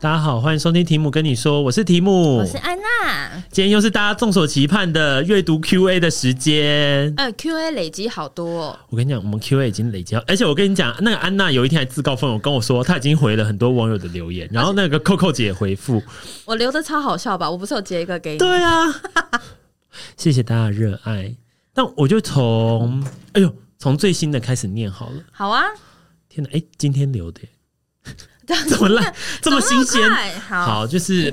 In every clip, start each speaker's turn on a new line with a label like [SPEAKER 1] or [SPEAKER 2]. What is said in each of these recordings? [SPEAKER 1] 大家好，欢迎收听题目跟你说，我是题目，
[SPEAKER 2] 我是安娜。
[SPEAKER 1] 今天又是大家众所期盼的阅读 Q&A 的时间。
[SPEAKER 2] 呃，Q&A 累积好多、哦，
[SPEAKER 1] 我跟你讲，我们 Q&A 已经累积好，而且我跟你讲，那个安娜有一天还自告奋勇跟我说，她已经回了很多网友的留言，然后那个扣扣姐也回复，
[SPEAKER 2] 我留的超好笑吧？我不是有截一个给你？
[SPEAKER 1] 对啊， 谢谢大家的热爱。那我就从，哎呦，从最新的开始念好了。
[SPEAKER 2] 好啊，
[SPEAKER 1] 天哪，哎，今天留的耶。
[SPEAKER 2] 怎
[SPEAKER 1] 怎么烂，这么新鲜
[SPEAKER 2] 那么快？好
[SPEAKER 1] 好，就是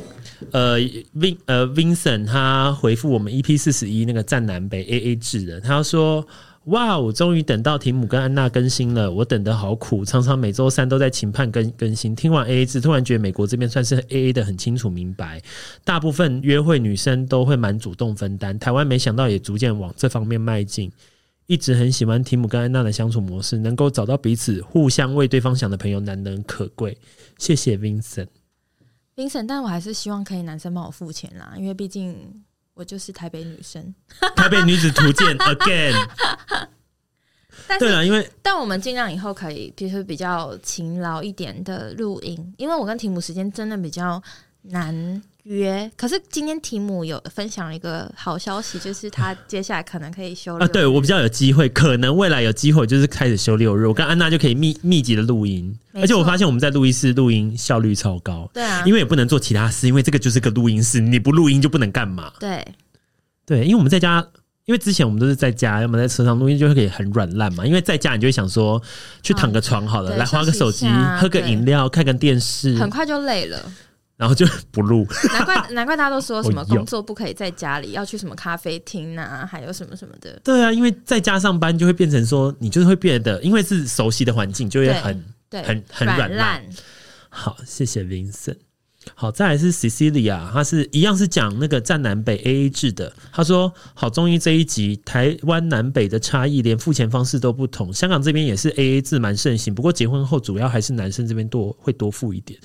[SPEAKER 1] 呃，Vin 呃 Vincent 他回复我们 EP 四十一那个站南北 AA 制的，他说。哇！我终于等到提姆跟安娜更新了，我等得好苦，常常每周三都在勤盼更更新。听完 A A 制，突然觉得美国这边算是 A A 的很清楚明白，大部分约会女生都会蛮主动分担。台湾没想到也逐渐往这方面迈进。一直很喜欢提姆跟安娜的相处模式，能够找到彼此互相为对方想的朋友，难能可贵。谢谢 Vincent。
[SPEAKER 2] 冰神，但我还是希望可以男生帮我付钱啦，因为毕竟我就是台北女生。
[SPEAKER 1] 台北女子图鉴 again。
[SPEAKER 2] 但
[SPEAKER 1] 对啊
[SPEAKER 2] 是，
[SPEAKER 1] 了，因为
[SPEAKER 2] 但我们尽量以后可以，就是比较勤劳一点的录音，因为我跟提姆时间真的比较难约。可是今天提姆有分享了一个好消息，就是他接下来可能可以休
[SPEAKER 1] 啊，
[SPEAKER 2] 六
[SPEAKER 1] 对我比较有机会，可能未来有机会就是开始休六日，我跟安娜就可以密密集的录音，
[SPEAKER 2] 没
[SPEAKER 1] 而且我
[SPEAKER 2] 错
[SPEAKER 1] 发现我们在录音室录音效率超高，
[SPEAKER 2] 对啊，
[SPEAKER 1] 因
[SPEAKER 2] 为
[SPEAKER 1] 为也不能做其他事，因为这个就是个录音室，你不录音就不能干嘛。
[SPEAKER 2] 对
[SPEAKER 1] 对，因为我们在家，因为之前我们都是在家，要么在车上录音，就会可以很软烂嘛。因为在家，你就会想说去躺个床好了，
[SPEAKER 2] 对
[SPEAKER 1] 来划个手机
[SPEAKER 2] 休息一下，
[SPEAKER 1] 喝个饮料，看个电视，
[SPEAKER 2] 很快就累了。
[SPEAKER 1] 然后就不录。
[SPEAKER 2] 难怪难怪大家都说什
[SPEAKER 1] 我
[SPEAKER 2] 么
[SPEAKER 1] 哦有
[SPEAKER 2] 工作不可以在家里，要去什么咖啡厅啊，还有什么什么的。
[SPEAKER 1] 对啊，因为在家上班就会变成说，你就是会变得，因为是熟悉的环境，就会
[SPEAKER 2] 对
[SPEAKER 1] 很
[SPEAKER 2] 对，
[SPEAKER 1] 很很软
[SPEAKER 2] 软
[SPEAKER 1] 烂
[SPEAKER 2] 烂。
[SPEAKER 1] 好。谢谢 Vincent。好，再来是 Cecilia，她是一样是讲那个站南北 AA 制的。她说：“好，终于这一集台湾南北的差异，连付钱方式都不同。香港这边也是 AA 制蛮盛行，不过结婚后主要还是男生这边多会多付一点。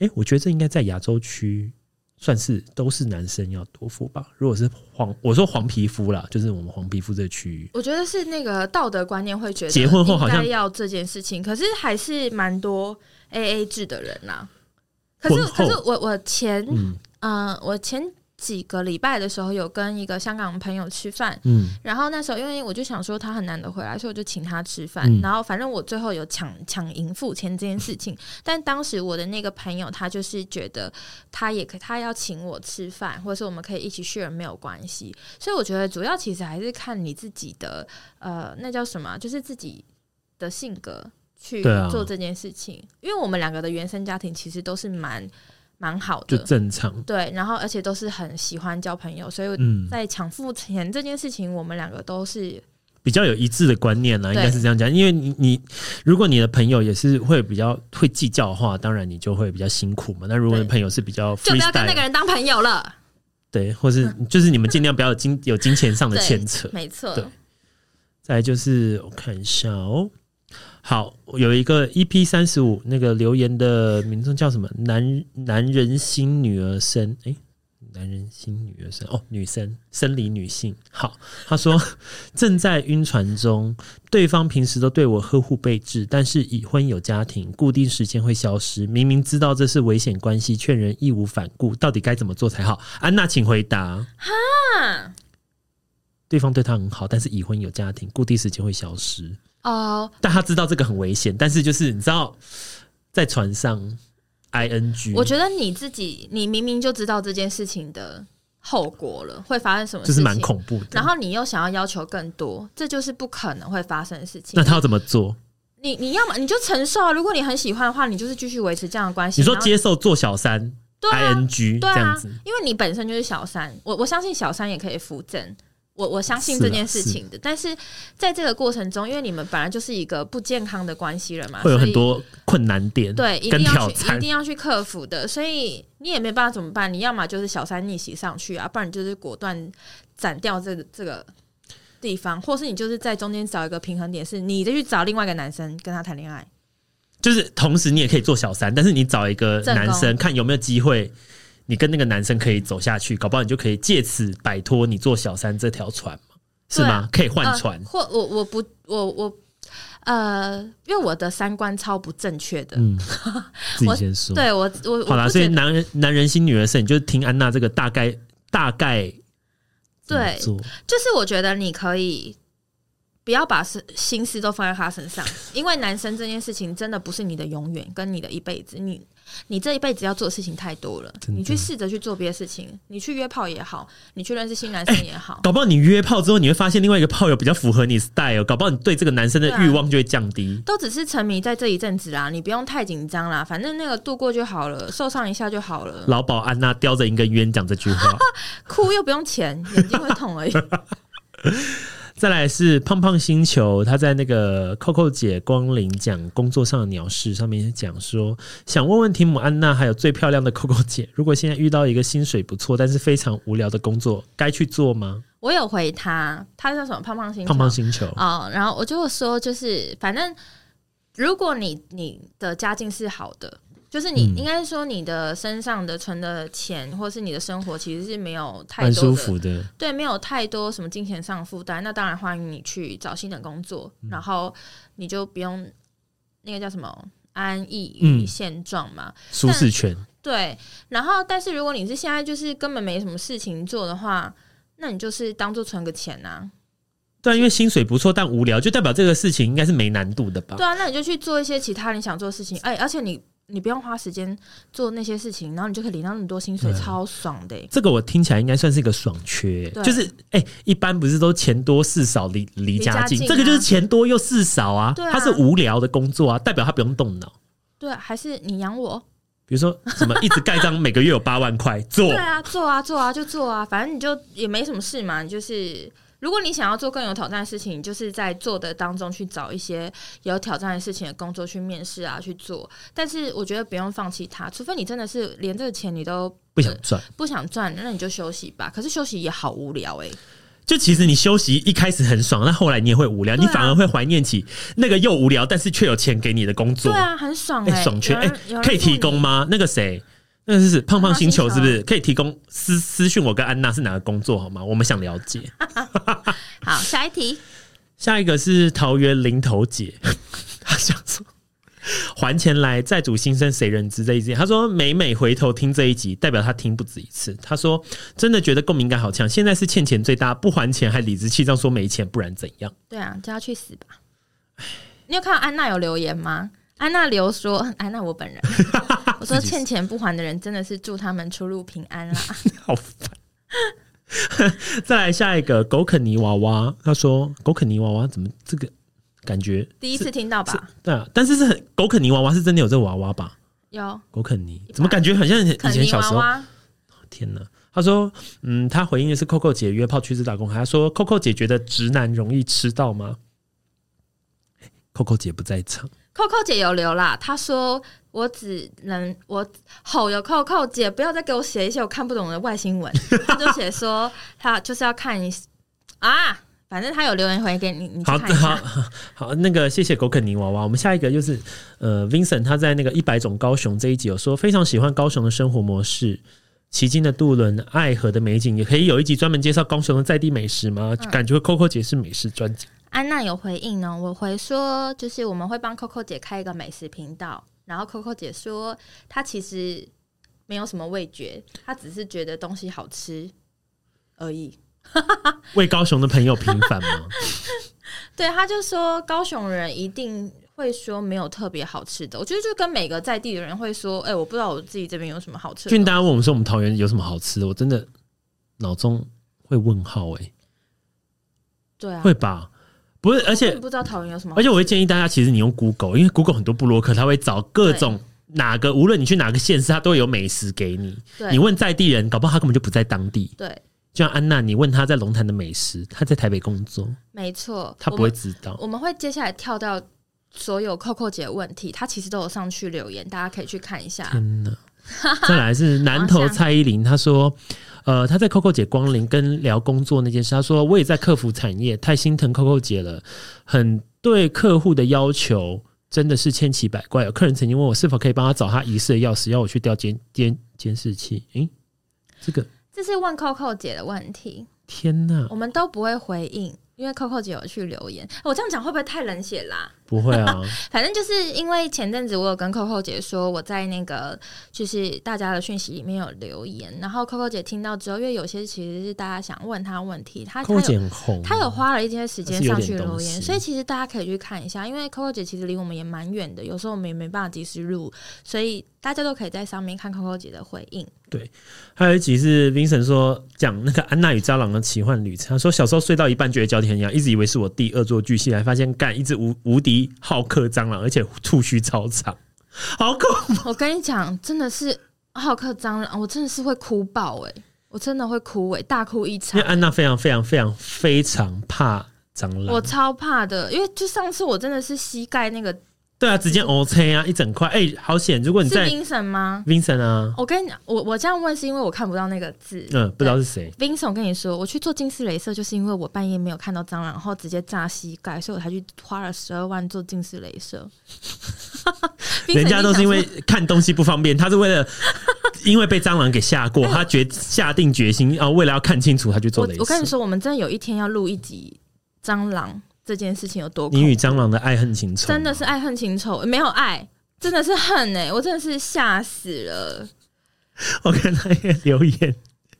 [SPEAKER 1] 诶，我觉得这应该在亚洲区算是都是男生要多付吧。如果是黄，我说黄皮肤啦，就是我们黄皮肤这个区域。”
[SPEAKER 2] 我觉得是那个道德观念会觉得
[SPEAKER 1] 结婚后好像
[SPEAKER 2] 应该要这件事情，可是还是蛮多 A A 制的人啦、可
[SPEAKER 1] 婚
[SPEAKER 2] 是
[SPEAKER 1] 后
[SPEAKER 2] 可是我我前
[SPEAKER 1] 嗯
[SPEAKER 2] 嗯、呃我前几个礼拜的时候有跟一个香港朋友吃饭，
[SPEAKER 1] 嗯
[SPEAKER 2] 然后那时候因为我就想说他很难得回来，所以我就请他吃饭。
[SPEAKER 1] 嗯
[SPEAKER 2] 然后反正我最后有抢抢赢付钱这件事情， 但当时我的那个朋友他就是觉得他也可他要请我吃饭，或者是我们可以一起 share 没有关系。所以我觉得主要其实还是看你自己的呃那叫什么啊，就是自己的性格去
[SPEAKER 1] 对啊
[SPEAKER 2] 做这件事情。因为我们两个的原生家庭其实都是蛮蛮好
[SPEAKER 1] 就
[SPEAKER 2] 的。
[SPEAKER 1] 正常。
[SPEAKER 2] 对，然后而且都是很喜欢交朋友，所以
[SPEAKER 1] 嗯，
[SPEAKER 2] 在抢付钱这件事情，我们两个都是
[SPEAKER 1] 比较有一致的观念啦，啊应
[SPEAKER 2] 对
[SPEAKER 1] 该是这样讲。因为你你，如果你的朋友也是会比较会计较的话，当然你就会比较辛苦嘛。那如果你
[SPEAKER 2] 对
[SPEAKER 1] 朋友是比较
[SPEAKER 2] 就不要跟那
[SPEAKER 1] freestyle，
[SPEAKER 2] 个人当朋友了。
[SPEAKER 1] 对，或 是就是你们尽量不要有金有金钱上的
[SPEAKER 2] 对
[SPEAKER 1] 牵扯。
[SPEAKER 2] 没错，
[SPEAKER 1] 对再来就是我看一下哦。好，有一个 EP 三十五那个留言的名称叫什么？男男人心女儿身，诶，男人心女儿身哦，女生生理女性。好，他说 正在晕船中，对方平时都对我呵护备至，但是已婚有家庭，固定时间会消失。明明知道这是危险关系，却仍义无反顾，到底该怎么做才好？安娜，请回答。
[SPEAKER 2] 啊，
[SPEAKER 1] 对方对他很好，但是已婚有家庭，固定时间会消失。
[SPEAKER 2] 哦，
[SPEAKER 1] 但他知道这个很危险，但是就是你知道，在船上，I N G，
[SPEAKER 2] 我觉得你自己，你明明就知道这件事情的后果了，会发生什么
[SPEAKER 1] 就
[SPEAKER 2] 事情，
[SPEAKER 1] 是蛮恐怖的。
[SPEAKER 2] 然后你又想要要求更多，这就是不可能会发生的事情。
[SPEAKER 1] 那他要怎么做？
[SPEAKER 2] 你你要么你就承受啊，如果你很喜欢的话，你就是继续维持这样的关系。
[SPEAKER 1] 你说
[SPEAKER 2] 然后
[SPEAKER 1] 接受做小三、
[SPEAKER 2] 对
[SPEAKER 1] I
[SPEAKER 2] 啊，
[SPEAKER 1] N G 这
[SPEAKER 2] 对
[SPEAKER 1] 样
[SPEAKER 2] 啊
[SPEAKER 1] 子，，
[SPEAKER 2] 因为你本身就是小三，我我相信小三也可以扶正，我我相信
[SPEAKER 1] 是啊
[SPEAKER 2] 这件事情的。但是在这个过程中，因为你们本来就是一个不健康的关系了嘛，
[SPEAKER 1] 会有
[SPEAKER 2] 所以
[SPEAKER 1] 很多困难点，
[SPEAKER 2] 对一
[SPEAKER 1] 跟
[SPEAKER 2] 定
[SPEAKER 1] 挑
[SPEAKER 2] 要去
[SPEAKER 1] 战
[SPEAKER 2] 一定要去克服的，所以你也没办法怎么办？你要么就是小三逆袭上去啊，不然你就是果断斩掉这个这个地方，或是你就是在中间找一个平衡点，是你再去找另外一个男生跟他谈恋爱。
[SPEAKER 1] 就是同时你也可以做小三，但是你找一个
[SPEAKER 2] 正宫
[SPEAKER 1] 男生看有没有机会，你跟那个男生可以走下去，搞不好你就可以借此摆脱你做小三这条船嘛，是
[SPEAKER 2] 对啊
[SPEAKER 1] 吗？可以换
[SPEAKER 2] 呃
[SPEAKER 1] 船，
[SPEAKER 2] 或我我不我我呃，因为我的三观超不正确的，
[SPEAKER 1] 嗯，自己先说。
[SPEAKER 2] 对我我
[SPEAKER 1] 好啦，
[SPEAKER 2] 我不
[SPEAKER 1] 所以
[SPEAKER 2] 觉得
[SPEAKER 1] 男人男人心女人肾，你就听安娜这个大概大概怎么
[SPEAKER 2] 对
[SPEAKER 1] 做
[SPEAKER 2] 就是我觉得你可以不要把心心思都放在他身上，因为男生这件事情真的不是你的永远，跟你的一辈子，你你这一辈子要做的事情太多了，
[SPEAKER 1] 真的
[SPEAKER 2] 你去试着去做别的事情，你去约炮也好，你去认识新男生也 好，
[SPEAKER 1] 搞不好你约炮之后，你会发现另外一个炮友比较符合你 style，搞不好你对这个男生的
[SPEAKER 2] 对啊
[SPEAKER 1] 欲望就会降低。
[SPEAKER 2] 都只是沉迷在这一阵子啦，你不用太紧张啦，反正那个度过就好了，受伤一下就好了，
[SPEAKER 1] 老鸨安娜叼着一根烟讲这句 话，
[SPEAKER 2] 哭又不用钱，眼睛会 痛而已。
[SPEAKER 1] 再来是胖胖星球，他在那个扣扣姐光临讲工作上的鸟事上面讲说，想问问提姆安娜还有最漂亮的扣扣姐，如果现在遇到一个薪水不错但是非常无聊的工作，该去做吗？
[SPEAKER 2] 我有回他，他叫什么胖胖星球，
[SPEAKER 1] 胖胖星球，
[SPEAKER 2] 哦，然后我就说，就是反正如果你你的家境是好的，就是你、
[SPEAKER 1] 嗯
[SPEAKER 2] 应该说你的身上的存的钱，或是你的生活其实是没有太
[SPEAKER 1] 蛮
[SPEAKER 2] 多
[SPEAKER 1] 舒
[SPEAKER 2] 的
[SPEAKER 1] 服的。
[SPEAKER 2] 对，没有太多什么金钱上的负担，那当然欢迎你去找新的工作，
[SPEAKER 1] 嗯
[SPEAKER 2] 然后你就不用那个叫什么安逸于
[SPEAKER 1] 嗯
[SPEAKER 2] 现状嘛。
[SPEAKER 1] 舒适圈，
[SPEAKER 2] 对，然后但是如果你是现在就是根本没什么事情做的话，那你就是当做存个钱呐、
[SPEAKER 1] 对啊，因为薪水不错但无聊，就代表这个事情应该是没难度的吧？
[SPEAKER 2] 对啊，那你就去做一些其他你想做的事情，哎、而且你你不用花时间做那些事情，然后你就可以领到那么多薪水，
[SPEAKER 1] 对
[SPEAKER 2] 超爽的、欸。
[SPEAKER 1] 这个我听起来应该算是一个爽缺，
[SPEAKER 2] 对
[SPEAKER 1] 就是哎、一般不是都钱多事少离离家近，
[SPEAKER 2] 离家近啊
[SPEAKER 1] 这个就是钱多又事少啊，
[SPEAKER 2] 对啊
[SPEAKER 1] 他是无聊的工作啊，代表他不用动脑。
[SPEAKER 2] 对啊，还是你养
[SPEAKER 1] 哦
[SPEAKER 2] 我？
[SPEAKER 1] 比如说什么一直盖章，每个月有八万块做
[SPEAKER 2] 对，啊，做啊做啊就做啊，反正你就也没什么事嘛，你就是。如果你想要做更有挑战的事情，你就是在做的当中去找一些有挑战的事情的工作去面试啊，去做。但是我觉得不用放弃它，除非你真的是连这个钱你都
[SPEAKER 1] 不想赚。
[SPEAKER 2] 不想赚，那你就休息吧。可是休息也好无聊欸诶、
[SPEAKER 1] 就其实你休息一开始很爽，那后来你也会无聊，
[SPEAKER 2] 对啊
[SPEAKER 1] 你反而会怀念起那个又无聊但是却有钱给你的工作。
[SPEAKER 2] 对啊，很爽诶、
[SPEAKER 1] 哎、爽圈
[SPEAKER 2] 有
[SPEAKER 1] 哎、
[SPEAKER 2] 人有人
[SPEAKER 1] 可以
[SPEAKER 2] 付
[SPEAKER 1] 提
[SPEAKER 2] 你
[SPEAKER 1] 供吗？那个谁，那个是胖胖星球
[SPEAKER 2] 胖
[SPEAKER 1] 是
[SPEAKER 2] 胖星
[SPEAKER 1] 不
[SPEAKER 2] 球
[SPEAKER 1] 是？可以提供私私讯我跟安娜是哪个工作好吗？我们想了解。
[SPEAKER 2] 好，下一题。
[SPEAKER 1] 下一个是桃园零头姐， 她想说还钱来债主心声谁人知这一集，她说每每回头听这一集，代表她听不止一次。她说真的觉得共鸣感好强，现在是欠钱最大，不还钱还理直气壮说没钱，不然怎样？
[SPEAKER 2] 对啊，叫他去死吧！你有看到安娜有留言吗？安娜留说：“安娜，我 本人，我说
[SPEAKER 1] 自己死
[SPEAKER 2] 欠钱不还的人，真的是祝他们出入平安啊啦。
[SPEAKER 1] 好烦。再来下一个狗啃泥娃娃，她说狗啃泥娃娃怎么这个感觉？
[SPEAKER 2] 第一次听到吧？
[SPEAKER 1] 对啊，但是是很狗啃泥娃娃是真的有这个娃娃吧？
[SPEAKER 2] 有
[SPEAKER 1] 狗啃泥怎么感觉很像以
[SPEAKER 2] 肯
[SPEAKER 1] 前
[SPEAKER 2] 尼
[SPEAKER 1] 小
[SPEAKER 2] 娃
[SPEAKER 1] 时候？
[SPEAKER 2] 娃，
[SPEAKER 1] 天哪！他说，嗯，他回应的是 Coco 姐约炮去吃打工，他说 Coco 姐觉得直男容易吃到吗？Coco 姐不在场，
[SPEAKER 2] 扣扣姐有留啦。她说：“我只能我吼有扣扣姐，不要再给我写一些我看不懂的外 星文。”她就写说她就是要看你啊，反正她有留言回给你，你去
[SPEAKER 1] 好
[SPEAKER 2] 看一下。
[SPEAKER 1] 好好，那个谢谢狗啃泥娃娃。我们下一个就是呃，Vincent 他在那个一百种高雄这一集有说非常喜欢高雄的生活模式。奇经的渡轮、爱河的美景，也可以有一集专门介绍高雄的在地美食吗？感觉 Coco 姐是美食专家。
[SPEAKER 2] 安娜有回应呢，我回说就是我们会帮 Coco 姐开一个美食频道，然后 Coco 姐说她其实没有什么味觉，她只是觉得东西好吃而已。
[SPEAKER 1] 为高雄的朋友平反吗？
[SPEAKER 2] 对，她就说高雄人一定会说没有特别好吃的，我觉得就跟每个在地的人会说，哎、我不知道我自己这边有什么好吃的
[SPEAKER 1] 俊，大家问我们说我们桃园有什么好吃的，我真的脑中会问号哎、
[SPEAKER 2] 对啊，
[SPEAKER 1] 会吧？不是，而
[SPEAKER 2] 根
[SPEAKER 1] 且
[SPEAKER 2] 本不知道桃园有什么好
[SPEAKER 1] 而
[SPEAKER 2] 吃
[SPEAKER 1] 且我会建议大家，其实你用 Google，因为 Google 很多部落客，他会找各种哪个，无论你去哪个县市，他都会有美食给你。你
[SPEAKER 2] 对
[SPEAKER 1] 问在地人，搞不好他根本就不在当地。
[SPEAKER 2] 对，
[SPEAKER 1] 就像安娜，你问她在龙潭的美食，她在台北工作，
[SPEAKER 2] 没错，
[SPEAKER 1] 她
[SPEAKER 2] 我
[SPEAKER 1] 不
[SPEAKER 2] 们
[SPEAKER 1] 会知道。
[SPEAKER 2] 我们会接下来跳到所有扣扣姐的问题，她其实都有上去留言，大家可以去看一下。
[SPEAKER 1] 天哪！再来是南投蔡依林，她说，呃，她在 Coco 姐光临跟聊工作那件事，她说我也在客服产业，太心疼 Coco 姐了，很对客户的要求真的是千奇百怪。有客人曾经问我是否可以帮他找他遗失的钥匙，要我去调监监监视器。诶、这个
[SPEAKER 2] 这是问 Coco 姐的问题，
[SPEAKER 1] 天哪
[SPEAKER 2] 我，们都不会回应，因为 Coco 姐有去留言。我这样讲会不会太冷血啦、
[SPEAKER 1] 不不会 啊，
[SPEAKER 2] 反正就是因为前阵子我有跟 Coco 姐说，我在那个就是大家的讯息里面有留言，然后 Coco 姐听到之后，因为有些其实是大家想问她问题，她她
[SPEAKER 1] 空姐
[SPEAKER 2] 有
[SPEAKER 1] 很红，
[SPEAKER 2] 她有花了一些时间
[SPEAKER 1] 她是有
[SPEAKER 2] 上
[SPEAKER 1] 点
[SPEAKER 2] 去留
[SPEAKER 1] 东西
[SPEAKER 2] 言，所以其实大家可以去看一下，因为 Coco 姐其实离我们也蛮远的，有时候我们也没办法及时录，所以大家都可以在上面看 Coco 姐的回应。
[SPEAKER 1] 还有一集是 Vincent 说讲那个安娜与蟑螂的奇幻旅程，他说小时候睡到一半觉得脚底很痒，一直以为是我弟恶作剧，醒来发现干一只无无敌好客蟑螂，而且触须超长，好恐怖！
[SPEAKER 2] 我跟你讲，真的是好客蟑螂，我真的是会哭爆哎、我真的会哭哎、大哭一
[SPEAKER 1] 因
[SPEAKER 2] 场
[SPEAKER 1] 为。安娜非常非常非常非常怕蟑
[SPEAKER 2] 我
[SPEAKER 1] 螂，
[SPEAKER 2] 超怕的，因为就上次我真的是膝盖那个
[SPEAKER 1] 对啊，直接 OK 啊，一整块，哎、好险！如果你
[SPEAKER 2] 是
[SPEAKER 1] 在
[SPEAKER 2] 冰神吗？
[SPEAKER 1] Vincent 啊，
[SPEAKER 2] 我跟你讲，我我这样问是因为我看不到那个字。
[SPEAKER 1] 嗯，不知道是谁，
[SPEAKER 2] Vincent，我跟你说，我去做近视雷射，就是因为我半夜没有看到蟑螂，然后直接炸膝盖，所以我才去花了十二万做近视雷 射。Vincent，
[SPEAKER 1] 人家都是因为
[SPEAKER 2] 你想说
[SPEAKER 1] 看东西不方便，他是为了因为被蟑螂给吓过，他决下定决心啊，为了要看清楚，他去做
[SPEAKER 2] 我
[SPEAKER 1] 雷
[SPEAKER 2] 我跟你
[SPEAKER 1] 射。
[SPEAKER 2] 说，我们真的有一天要录一集蟑螂这件事情有多恐
[SPEAKER 1] 你
[SPEAKER 2] 怖
[SPEAKER 1] 与蟑螂的爱恨情仇，
[SPEAKER 2] 真的是爱恨情仇，没有爱，真的是恨哎、我真的是吓死了，
[SPEAKER 1] 我看他一个留言，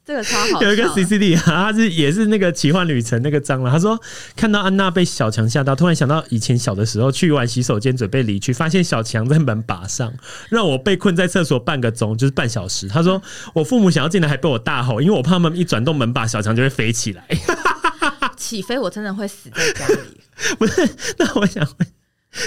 [SPEAKER 2] 这个超好笑的。
[SPEAKER 1] 有一个 C C D 啊，他是也是那个奇幻旅程那个蟑螂，他说看到安娜被小强吓到，突然想到以前小的时候去完洗手间准备离去，发现小强在门把上，让我被困在厕所半个钟，就是半小时。他说
[SPEAKER 2] 嗯
[SPEAKER 1] 我父母想要进来还被我大吼，因为我怕他们一转动门把，小强就会飞起来。
[SPEAKER 2] 起飞，我真的会死在家里。
[SPEAKER 1] 那我想问，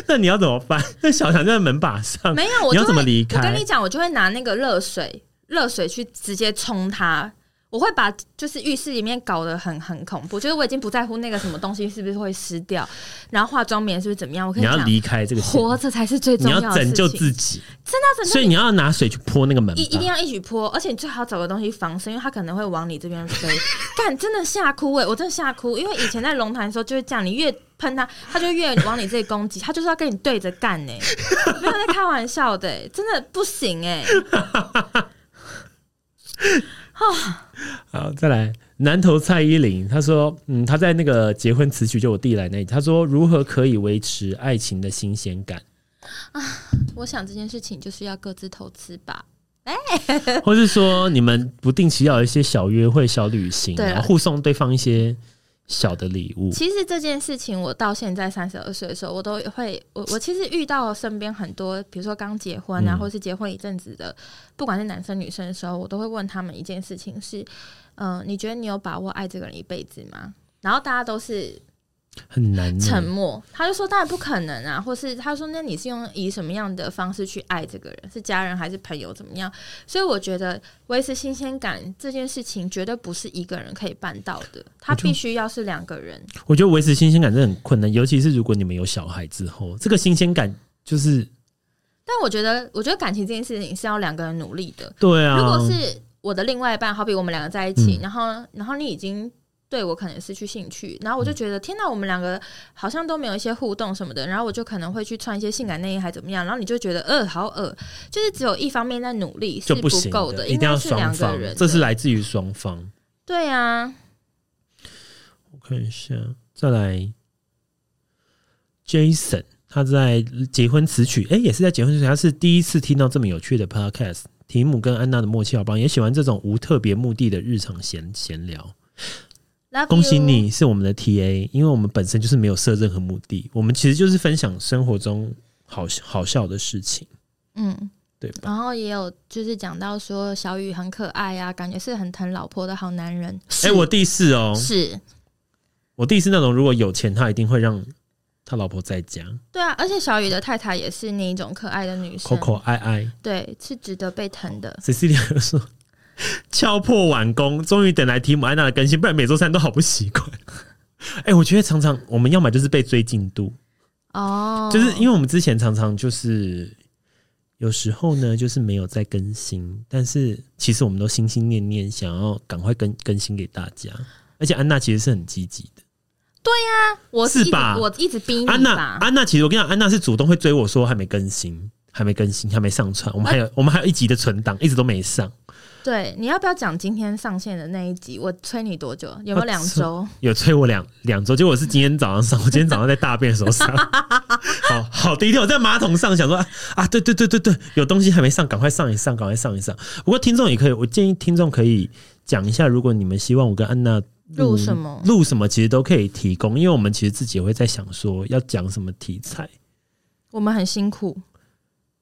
[SPEAKER 1] 那你要怎么办？那小强就在门把上，
[SPEAKER 2] 没有，
[SPEAKER 1] 你
[SPEAKER 2] 我就
[SPEAKER 1] 要
[SPEAKER 2] 会
[SPEAKER 1] 怎么离
[SPEAKER 2] 我跟
[SPEAKER 1] 开
[SPEAKER 2] 你？讲，我就会拿那个热水，热水去直接冲它。我会把就是浴室里面搞得很很恐怖，就是我已经不在乎那个什么东西是不是会湿掉，然后化妆棉是不是怎么样。我跟
[SPEAKER 1] 你要
[SPEAKER 2] 讲，
[SPEAKER 1] 离开这个现
[SPEAKER 2] 活着才是最
[SPEAKER 1] 你
[SPEAKER 2] 重
[SPEAKER 1] 要
[SPEAKER 2] 的事情。
[SPEAKER 1] 拯救自己，
[SPEAKER 2] 真的要拯救
[SPEAKER 1] 所以你要拿水去泼那个门
[SPEAKER 2] 一一定
[SPEAKER 1] 把。
[SPEAKER 2] 要一起泼，而且你最好找个东西防身，因为它可能会往你这边飞。 干，真的吓哭哎、我真的吓哭，因为以前在龙潭的时候就是这样，你越喷它，它就越往你这里攻击，它就是要跟你对着干哎，没有在开玩笑的、欸，真的不行哎、
[SPEAKER 1] 好，再来。南投蔡依林，她说：“嗯，她在那个结婚词曲就我弟来那里，她说如何可以维持爱情的新鲜 感，
[SPEAKER 2] 我想这件事情就是要各自投资吧。
[SPEAKER 1] 或是说你们不定期要有一些小约会、小旅行，
[SPEAKER 2] 对啊
[SPEAKER 1] 然后互送对方一些小的礼物。
[SPEAKER 2] 其实这件事情，我到现在三十二岁的时候，我都会，我我其实遇到身边很多，比如说刚结婚啊，
[SPEAKER 1] 嗯
[SPEAKER 2] 或是结婚一阵子的，不管是男生女生的时候，我都会问他们一件事情是，嗯、你觉得你有把握爱这个人一辈子吗？然后大家都是
[SPEAKER 1] 很难呢
[SPEAKER 2] 沉默，他就说当然不可能啊，或是他说那你是用以什么样的方式去爱这个人，是家人还是朋友怎么样？所以我觉得维持新鲜感这件事情绝对不是一个人可以办到的，他
[SPEAKER 1] 我就
[SPEAKER 2] 必须要是两个人。
[SPEAKER 1] 我觉得维持新鲜感真的很困难，尤其是如果你们有小孩之后，这个新鲜感就是
[SPEAKER 2] 但我觉得，我觉得感情这件事情是要两个人努力的。
[SPEAKER 1] 对啊。
[SPEAKER 2] 如果是我的另外一半，好比我们两个在一起，
[SPEAKER 1] 嗯
[SPEAKER 2] 然后然后你已经对我可能失去兴趣，然后我就觉得、天哪，我们两个好像都没有一些互动什么的，然后我就可能会去穿一些性感内衣还怎么样，然后你就觉得呃好恶，就是只有一方面在努力是
[SPEAKER 1] 就不行
[SPEAKER 2] 够
[SPEAKER 1] 的，一
[SPEAKER 2] 应
[SPEAKER 1] 定要
[SPEAKER 2] 该是
[SPEAKER 1] 双
[SPEAKER 2] 两个
[SPEAKER 1] 方
[SPEAKER 2] 人，的。
[SPEAKER 1] 这是来自于双方。
[SPEAKER 2] 对啊，
[SPEAKER 1] 我看一下，再来，Jason，他在结婚词曲，哎、也是在结婚词曲，他是第一次听到这么有趣的 podcast。提姆跟安娜的默契好棒，也喜欢这种无特别目的的日常闲闲聊。
[SPEAKER 2] 哎 Love
[SPEAKER 1] 恭喜
[SPEAKER 2] you
[SPEAKER 1] 你是我们的 TA，因为我们本身就是没有设任何目的，我们其实就是分享生活中好好笑的事情，
[SPEAKER 2] 嗯，
[SPEAKER 1] 对吧？
[SPEAKER 2] 然后也有就是讲到说小雨很可爱啊，感觉是很疼老婆的好男人。
[SPEAKER 1] 哎、
[SPEAKER 2] 是
[SPEAKER 1] 我弟是哦，
[SPEAKER 2] 是。
[SPEAKER 1] 我弟是那种如果有钱，他一定会让他老婆在家，
[SPEAKER 2] 对啊，而且小雨的太太也是那一种可爱的女生
[SPEAKER 1] 口，口哀哀。
[SPEAKER 2] 对，是值得被疼的。
[SPEAKER 1] Cecilia 就说：“ 敲破碗工，终于等来提姆安娜的更新，不然每周三都好不习惯。” 哎、我觉得常常我们要么就是被追进度，
[SPEAKER 2] 哦，
[SPEAKER 1] 就是因
[SPEAKER 2] 为
[SPEAKER 1] 为我们之前常常就是有时候呢，就是没有在更新，但是其实我们都心心念念想要赶快更更新给大家。而且安娜其实是很积极的，
[SPEAKER 2] 我
[SPEAKER 1] 是
[SPEAKER 2] 一直
[SPEAKER 1] 吧
[SPEAKER 2] 我一直逼你
[SPEAKER 1] 安娜
[SPEAKER 2] 吧。
[SPEAKER 1] 安娜其实我跟你讲，安娜是主动会追我说还没更新，还没更新，还没上传，我们还有、我们还有一集的存档一直都没上，
[SPEAKER 2] 对，你要不要讲今天上线的那一集？我催你多久？有没
[SPEAKER 1] 啊
[SPEAKER 2] 有两周？
[SPEAKER 1] 有催我两两周，结果是今天早上上，我今天早上在大便的时候 上，好好低调，在马桶上想说啊啊，对对对对对，有东西还没上，赶快上一上，赶快上一上。不过听众也可以，我建议听众可以讲一下，如果你们希望我跟安娜
[SPEAKER 2] 录什么？
[SPEAKER 1] 录什么，其实都可以提供，因为我们其实自己也会在想说要讲什么题材。
[SPEAKER 2] 我们很辛苦，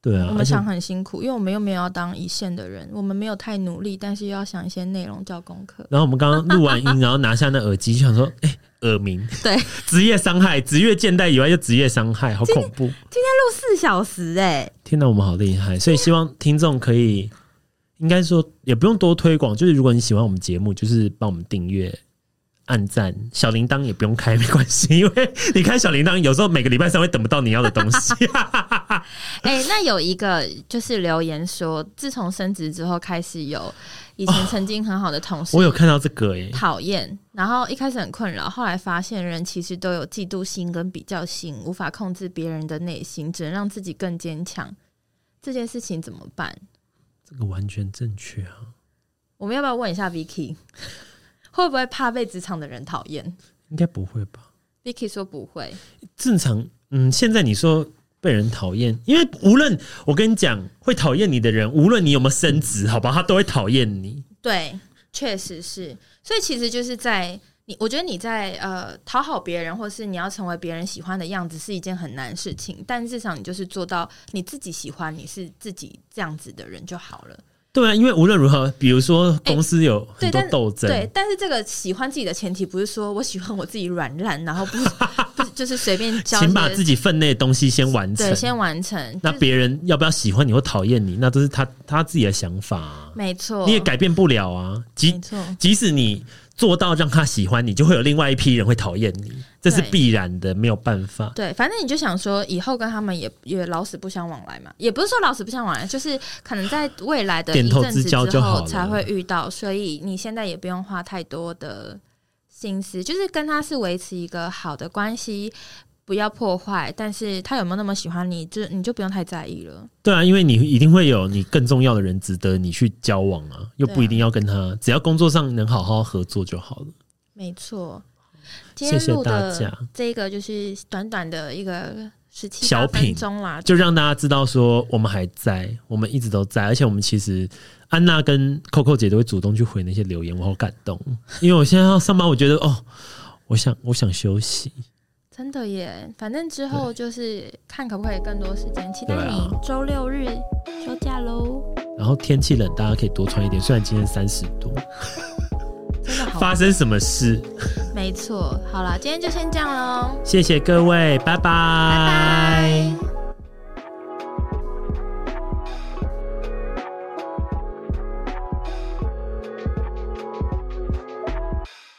[SPEAKER 1] 对啊，
[SPEAKER 2] 我
[SPEAKER 1] 而
[SPEAKER 2] 们
[SPEAKER 1] 且
[SPEAKER 2] 想很辛苦，因为我们又没有要当一线的人，我们没有太努力，但是又要想一些内容叫功课。
[SPEAKER 1] 然后我们刚刚录完音，然后拿下那耳机，就想说，哎、耳鸣，
[SPEAKER 2] 对，
[SPEAKER 1] 职业伤害，职业倦怠以外，又职业伤害，好恐怖！
[SPEAKER 2] 录四小时哎、
[SPEAKER 1] 天哪，我们好厉害！所以希望听众可以，应该说也不用多推广，就是如果你喜欢我们节目，就是帮我们订阅、按赞，小铃铛也不用开，没关系， 因为你开小铃铛，有时候每个礼拜三会等不到你要的东西。
[SPEAKER 2] 哎、那有一个就是留言说，自从升职之后开始有以前曾经很好的同事
[SPEAKER 1] 我有看到这个耶、
[SPEAKER 2] 讨厌，然后一开始很困扰，后来发现人其实都有嫉妒心跟比较心，无法控制别人的内心，只能让自己更坚强。这件事情怎么办？
[SPEAKER 1] 这个完全正确啊，
[SPEAKER 2] 我们要不要问一下 Vicky，会不会怕被职场的人讨厌
[SPEAKER 1] 应该不会吧？
[SPEAKER 2] ？Vicky 说不会，
[SPEAKER 1] 正常，嗯，现在你说被人讨厌，因为无论我跟你讲，会讨厌你的人，无论你有没有升职，好吧，他都会讨厌你。
[SPEAKER 2] 对，确实是。所以其实就是在你，我觉得你在呃讨好别人，或是你要成为别人喜欢的样子，是一件很难的事情。但至少你就是做到你自己喜欢，你是自己这样子的人就好了。
[SPEAKER 1] 对啊，因为无论如何，比如说公司有很
[SPEAKER 2] 哎对，
[SPEAKER 1] 多
[SPEAKER 2] 但
[SPEAKER 1] 斗争，
[SPEAKER 2] 对，但是这个喜欢自己的前提不是说我喜欢我自己软烂，然后 不不就是随便教一些，
[SPEAKER 1] 请把自己分内的东西先完成
[SPEAKER 2] 对。先完成。
[SPEAKER 1] 那
[SPEAKER 2] 就是
[SPEAKER 1] 别人要不要喜欢你或讨厌你，那都是他他自己的想法啊、
[SPEAKER 2] 没错，
[SPEAKER 1] 你也改变不了啊。
[SPEAKER 2] 没
[SPEAKER 1] 即
[SPEAKER 2] 错，
[SPEAKER 1] 即使你做到让他喜欢你，就会有另外一批人会讨厌你，这是
[SPEAKER 2] 对
[SPEAKER 1] 必然的，没有办法。
[SPEAKER 2] 对，反正你就想说以后跟他们也也老死不相往来嘛，也不是说老死不相往来，就是可能在未来的
[SPEAKER 1] 点
[SPEAKER 2] 一
[SPEAKER 1] 头
[SPEAKER 2] 阵
[SPEAKER 1] 之
[SPEAKER 2] 子
[SPEAKER 1] 交就
[SPEAKER 2] 之
[SPEAKER 1] 好
[SPEAKER 2] 后
[SPEAKER 1] 了
[SPEAKER 2] 才会遇到，所以你现在也不用花太多的心思，就是跟他是维持一个好的关系。不要破坏，但是他有没有那么喜欢你，就你就不用太在意了。
[SPEAKER 1] 对啊，因为你一定会有你更重要的人值得你去交往啊，又不一定要跟他，只要工作上能好好合作就好了。
[SPEAKER 2] 没错，今
[SPEAKER 1] 谢
[SPEAKER 2] 天
[SPEAKER 1] 谢
[SPEAKER 2] 录
[SPEAKER 1] 大
[SPEAKER 2] 的
[SPEAKER 1] 家，
[SPEAKER 2] 这个就是短短的一个十七
[SPEAKER 1] 小品
[SPEAKER 2] 分钟啦，
[SPEAKER 1] 就让大家知道说我们还在，我们一直都在，而且我们其实安娜跟扣扣姐都会主动去回那些留言，我好感动，因为我现在要上班，我觉得哦，我想我想休息，
[SPEAKER 2] 真的耶。反正之后就是看可不可以更多时间，期待
[SPEAKER 1] 对啊
[SPEAKER 2] 你周六日休假喽。
[SPEAKER 1] 然后天气冷，大家可以多穿一点，虽然今天三十度，
[SPEAKER 2] 真的好啊
[SPEAKER 1] 发，生什么事？
[SPEAKER 2] 没错。好啦，今天就先这样喽，
[SPEAKER 1] 谢谢各位，拜
[SPEAKER 2] 拜拜。